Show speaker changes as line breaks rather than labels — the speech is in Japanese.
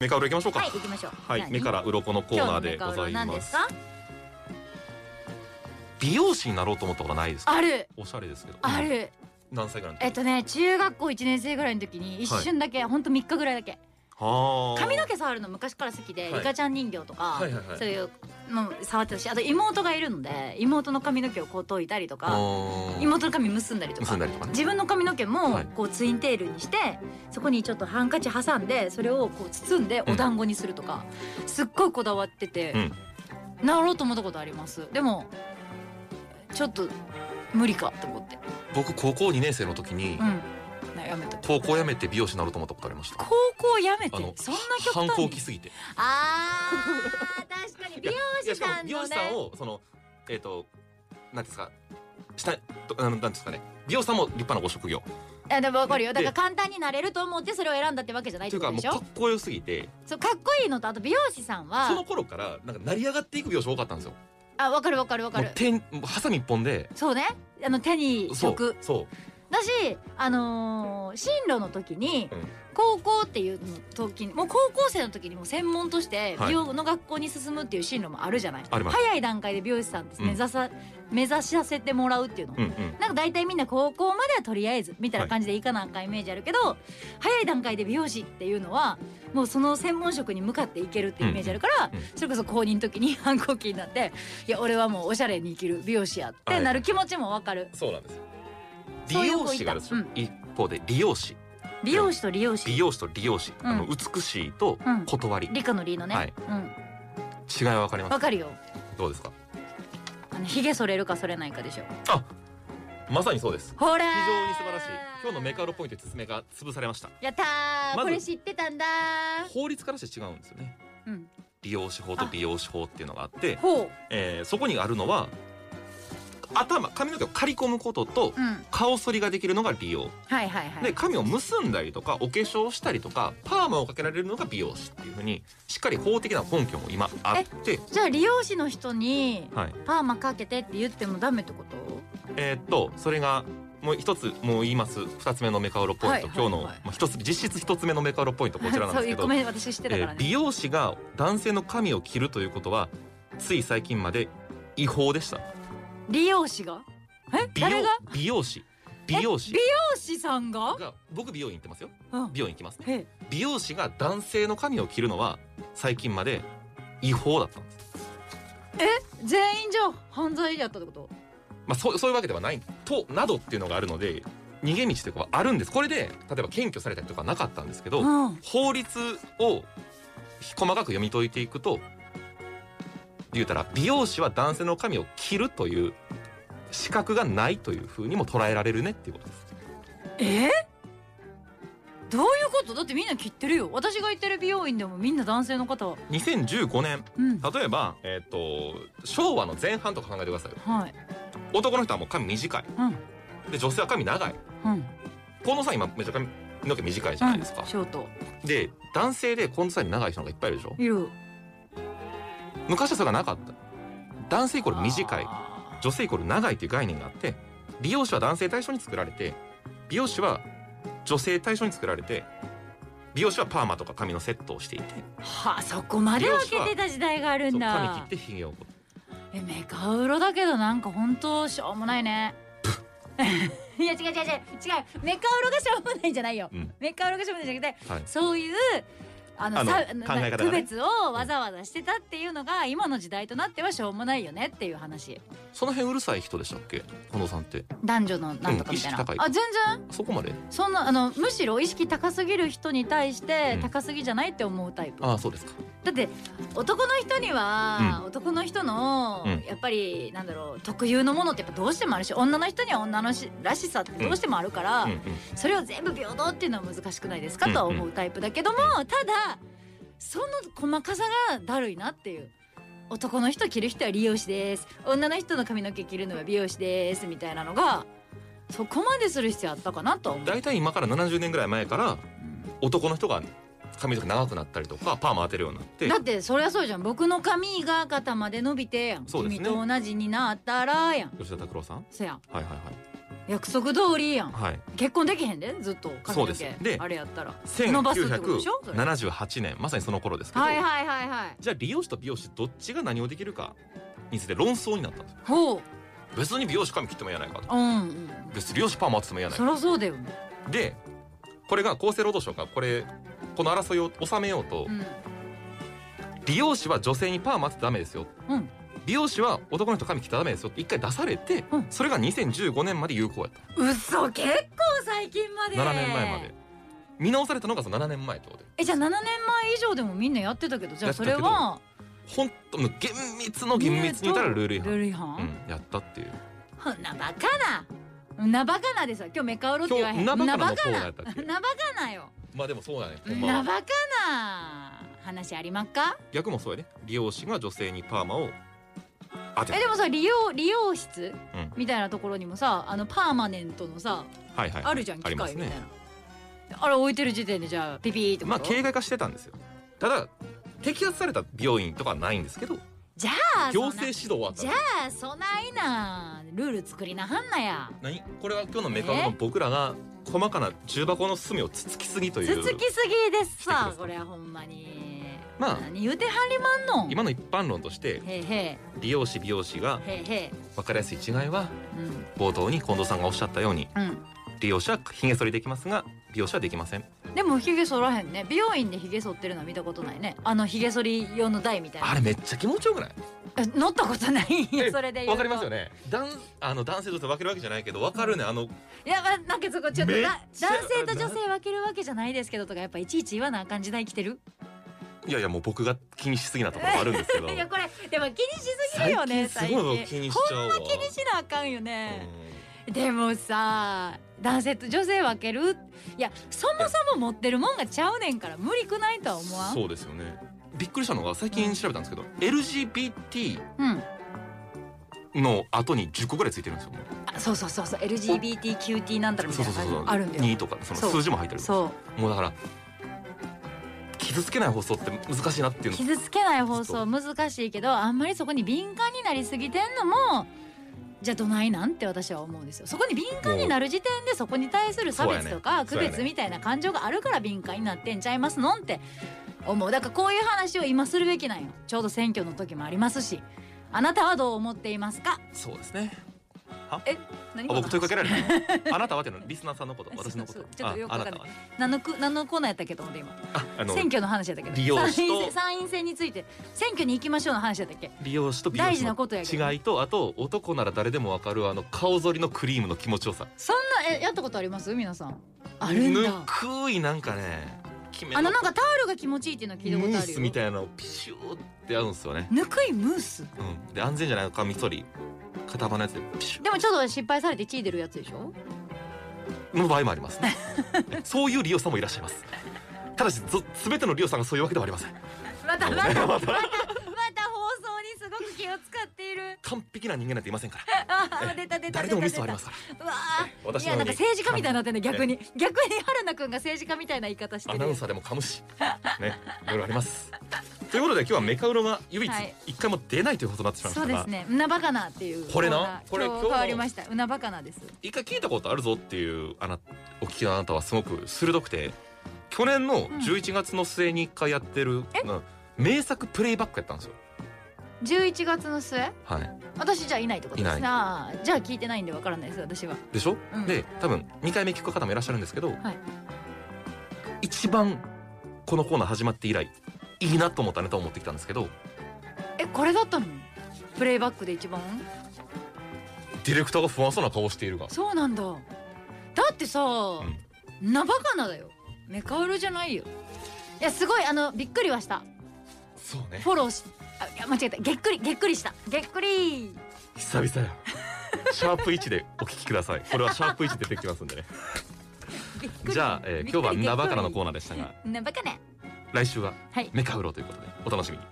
メカウロいきましょうか
はい行きましょう
はい、
何
目から鱗のコーナーでご
今
ざ
日のメカウロ
い
何
ま
ですか
美容師になろうと思ったことないですか
ある
おしゃれですけど
ある
何歳ぐらいの時
えっとね中学校1年生ぐらいの時に一瞬だけ、ほんと3日ぐらいだけ
はあ
髪の毛触るの昔から好きで、
はい
リカちゃん人形とか、
はいはいはい
そういうの触ってたしあと妹がいるので妹の髪の毛をこう解いたりとか
あー
妹の髪結んだりと
結
か
んだりとかね
自分の髪の毛も
はい
こうツインテールにして、そこにちょっとハンカチ挟んでそれをこう包んでお団子にするとか、すっごいこだわってて、なろうと思ったことありますでもちょっと無理かと思って
僕高校2年生の時に
うんなやめと
高校辞めて美容師になろうと思ったことありました
高校やめて
あの
そんな極
反
端
抗
に
期すぎて
あー確かに美容
いや
師
しかも
さん
美
の
容
ね
師さんをそのえっ、となんていうんですかしたとあのなんていうんですかね美容師さんも立派なご職業
いやでもわかるよだから
で
簡単になれると思ってそれを選んだってわけじゃないっ
とい
て
う
こ
かも
と
う
で
か
しょ
っこよすぎて
そうかっこいいのとあと美容師さん
その
は
頃からなんか成り上がっていく美容師多かったんですよ
あわかるわかるわか
もう
る
手にもうハサミ一本で
そうねあの手に
そ
職
うそ
だしあのー進路の時に
うん
高校っていうの時にもう高校生の時にもう専門として
はい
美容の学校に進むっていう進路もあるじゃない、
あります
早い段階で美容師さんって目指さ、目指しさせてもらうっていうの、
ううんうん
なんか大体みんな高校まではとりあえずみたいな感じでいいかなんかイメージあるけど、早い段階で美容師っていうのはもうその専門職に向かっていけるってイメージあるから、
うんうんうん
それこそ公認の時に 反抗期になっていや俺はもうおしゃれに生きる美容師やってなる気持ちもわかる、
そうなんですよ
そう
理
いう子
容師があるでしょ、
いたうん
一方で理容師
美容師と理容師
美容師と理容師、
うん
あの美しいと
うん
断り、違
理科の理のね、
はい
うん
いはわかります
わかるよ
どうですか
あのひげ剃れるか剃れないかでしょ
まさにそうです
ほらー
非常に素晴らしい今日のメカロポイントで説明が潰されました
やったー
まず
これ知ってたんだー
法律からして違うんですよね
うん
理容師法と美容師法っていうのがあって
ほう
えーそこにあるのは頭髪の毛を刈り込むことと
うんはい
顔剃りができるのが美容
はいは
で
い
髪を結んだりとかお化粧したりとかパーマをかけられるのが美容師っていうふうにしっかり法的な根拠も今あって
じゃあ理容師の人に
はい
パーマかけてって言ってもダメってこと
えーっとそれがもう一つもう言います二つ目のメカウロポイント、
はいはいはい
今日の、まあ、一つ実質一つ目のメカウロポイントこちらなんですけ
そうご
ど、
めん私知ってた
え
か
ー
らね、
美容師が男性の髪を切るということはつい最近まで違法でした
理容師がえ
美容
誰が
美容師美容師
え美容師さんが、
が僕美容院行ってますよ
うん、
美容院行きますね
へ
美容師が男性の髪を切るのは最近まで違法だったんです
全員じゃあ犯罪やったってこと
まあ、そうそういうわけではないとなどっていうのがあるので逃げ道というかはあるんですこれで例えば検挙されたりとかはなかったんですけど、
うん
法律を細かく読み解いていくと言うたら美容師は男性の髪を切るという資格がないというふうにも捉えられるねっていうことです。
えどういうことだってみんな切ってるよ私が行ってる美容院でもみんな男性の方は
2015年
うん
例えば、えっと昭和の前半とか考えてください
はい
男の人はもう髪短い
うん
で女性は髪長い
うん
近藤さん今めっちゃ髪の毛短いじゃないですか
うん、ショート
で男性で近藤さんに長い人がいっぱいいるでしょ
いる
昔はそれがなかった男性イコール短い
あ
女性イコール長いという概念があって美容師は男性対象に作られて美容師は女性対象に作られて美容師はパーマとか髪のセットをしていて
ーはあそこまで分けてた時代がある
そ
ん
う
だ
髪切ってひげをこう
えメカウロだけどなんか本当しょうもないね いや違う違う違う違うメカウロがしょうもないんじゃないよ、
うん
メカウロがしょうもないんじゃなくて、
はい
そういうあの
あの
さ
考え方がね
な区別をわざわざしてたっていうのが今の時代となってはしょうもないよねっていう話
その辺うるさい人でしたっけ近藤さんって
男女のなんとかみたいな、
うん意識高い
あ全然
そこまで
そんなあのむしろ意識高すぎる人に対して
うん
高すぎじゃないって思うタイプ、
ああそうですか
だって男の人には、男の人の、
うん
やっぱりなんだろう特有のものってやっぱどうしてもあるし女の人には女のしらしさってどうしてもあるから、
うんうん
それを全部平等っていうのは難しくないですかとは思うタイプだけども、ただその細かさがだるいなっていう。男の人着る人は理容師です女の人の髪の毛着るのは美容師ですみたいなのがそこまでする必要あったかなとは思う。
大体今から70年ぐらい前から男の人が髪の毛長くなったりとかパーマ当てるようになって
だってそりゃそうじゃん僕の髪が肩まで伸びてやん、
そうですね
君と同じになったらやん
吉田拓郎さん
そやん
はいはいはい
約束通りやん
はい、
結婚できへんでずっと
そう
髪の
で
毛
すで
あれやったら伸ばすってことでしょそれはい
1978年まさにその頃ですけど、
はいはいはい
じゃあ理容師と美容師どっちが何をできるかについて論争になったんですよ
ほう
別に美容師髪切ってもいいやないかと
うんうん
別に美容師パーマ当ててもいいやない
そ
か
りゃそうだよね
でこれが厚生労働省がこれこの争いを収めようと、
うん
美容師は女性にパーマ当てダメですよ、
うん
美容師は男の人髪切ったらダメですよって一回出されて、
うん
それが2015年まで有効やった
嘘結構最近まで
7年前まで見直されたのがその7年前ってことで
えじゃあ7年前以上でもみんなやってたけどじゃあそれ
や
は
本当の厳密の厳密に言ったらルール違
ルー
反、
ル違反、
うん、やったっていう
ほんなバカな。んなバカなですよ。今日メカウロって言わへん。
今日んなバカなの
んな
コーナーやったっけ
んなバカなよ。
まあでもそうだね、ほ
ん
んま
な
は
バカな話ありまっか。
逆もそうやね利用師が女性にパーマを当て
え
る
でもさ利用利容室、
うん
みたいなところにもさあのパーマネントのさ
はいはい
あるじゃん
あ
機
りま
械
す
みたいな。
ね
あれ置いてる時点でじゃあピピーって
ま
こ
あ
と
形骸化してたんですよただ摘発された病院とかはないんですけど
じゃあ
行
そんな
政指導はあった
じゃあそないなルール作りなはんなや。
何これは今日のメカウの僕らが細かな重箱の隅をつつきすぎと
つ
い
つき
う
すぎです
指摘で
さ
す
これはほんまに。
まあ
何言うてはりまんの。
今の一般論として
へいへ
利用師美容師が
いへいへい。
分かりやすい違いは
うん
冒頭に近藤さんがおっしゃったように
うん。
利用者はひげ剃りできますが美容師はできません
でもひげ剃らへんね美容院でひげ剃ってるの見たことないねあのひげ剃り用の台みたい
あ
な
れめっちゃ気持ちよくない
え乗ったことないそれで言うと
わかりますよね男あの男性と女性分けるわけじゃないけど分かるねあの
いやまあなんかそこちょっと
めっ
だ
ちゃ
男性と女性分けるわけじゃないですけどとかやっぱいちいち言わなあかん時代来てる
いやいやもう僕が気にしすぎなところもあるんですけど
いやこれでも気にしすぎるよね
最近すご
最近
い気にしちゃうわ
ほんま気にしなあかんよね、でもさ男性と女性分けるいやそもそも持ってるもんがちゃうねんから無理くないとは思わん
そうですよねびっくりしたのが最近調べたんですけど、LGBT
うん
の後に10個ぐらいついてるんですよもう
あそうそうそうそう LGBTQT なんだろみたいな感じあるんだよ
2とかその
そう
数字も入ってる
そう
もうだから傷つけない放送って難しいなっていうの
傷つけない放送難しいけどあんまりそこに敏感になりすぎてんのもじゃあどないなんって私は思うんですよそこに敏感になる時点でそこに対する差別とか
そ
区
うやね
別みたいな感情があるから敏感になってんちゃいますのんって思うだからこういう話を今するべきなんよちょうど選挙の時もありますしあなたはどう思っていますか
そうですね
何
あ
この
僕
話
問いかけられたの あなたはっていうのリスナーさんのこと
そう
私のこと
そうちょっとよく
ああ
わ
な
かん
た
ない
は
何のく何のコーナーやったっけと思って今
ああの
選挙の話やったっけ
利用
ど
しと
参院選参院選について選挙に行きましょうの話やったっけ
美容師と美容
大
師
事な
の
ことやけど
違いとあと男なら誰でもわかるあの顔剃りのクリームの気持ちよさ
そんなえやったことあります皆さんあるんだ
ぬくいなんかね決め
あのなんかタオルが気持ちいいっていうのは聞いたこ
ム
と
ー
ある
スみ
よ
たいなのをピシューって合うんですよね、
ぬくいムース
うん、で安全じゃないカミソリ片場のやつでピシュ
でもちょっと失敗されて血出るやつでしょ
ーの場合もあり ますねそういう利用さんもいらっしゃいますただしぞ全ての利用さんがそういうわけではありません
またまたまた
ま
ま
た
た放送にすごく気を使っている
完璧な人間なんていませんから
あー出た出た
誰で
出た
もミ
出
スは
た
あり
うわ
ますから
ー
私
い
のように
やなんか政治家みたいになってんね
はい
逆に逆に春菜くんが政治家みたいな言い方して
ア
る
ナウンサーでも噛むし、ね、いろいろあります。ということで今日はメカウロが唯一
はい
一回も出ないということになってしまいまし
そう
たが、
ですねうなバカなっていう
これな
コーナー
これ
今日
今日の
変わりましたうなバカなです
一回聞いたことあるぞっていうあなお聞きのあなたはすごく鋭くて去年の
ん
11月の末に一回やってる、な名作プレイバックやったんですよ。
11月の末
はい、
私じゃあいないってことです
い
ね
な
あーじゃあ聞いてないんでわからないです私は
でしょ、
うん
で多分2回目聞く方もいらっしゃるんですけど、
はい
一番このコーナー始まって以来いいなと思ったネタを持ってきたんですけど
えこれだったのプレイバックで一番
ディレクターが不安そうな顔をしているが
そうなんだだってさ、なバカなだよメカウロじゃないよいやすごいあのびっくりはした
そうね
フォローしあいや間違えたげっくりげっくりしたげっくり
久々やシャープ1でお聞きくださいこれはシャープ1で出てきますん でね
びっくり
じ ゃあ、えー今日は「なばから」のコーナーでしたが
ーなバカね
来週は
はい
メカウロということでお楽しみに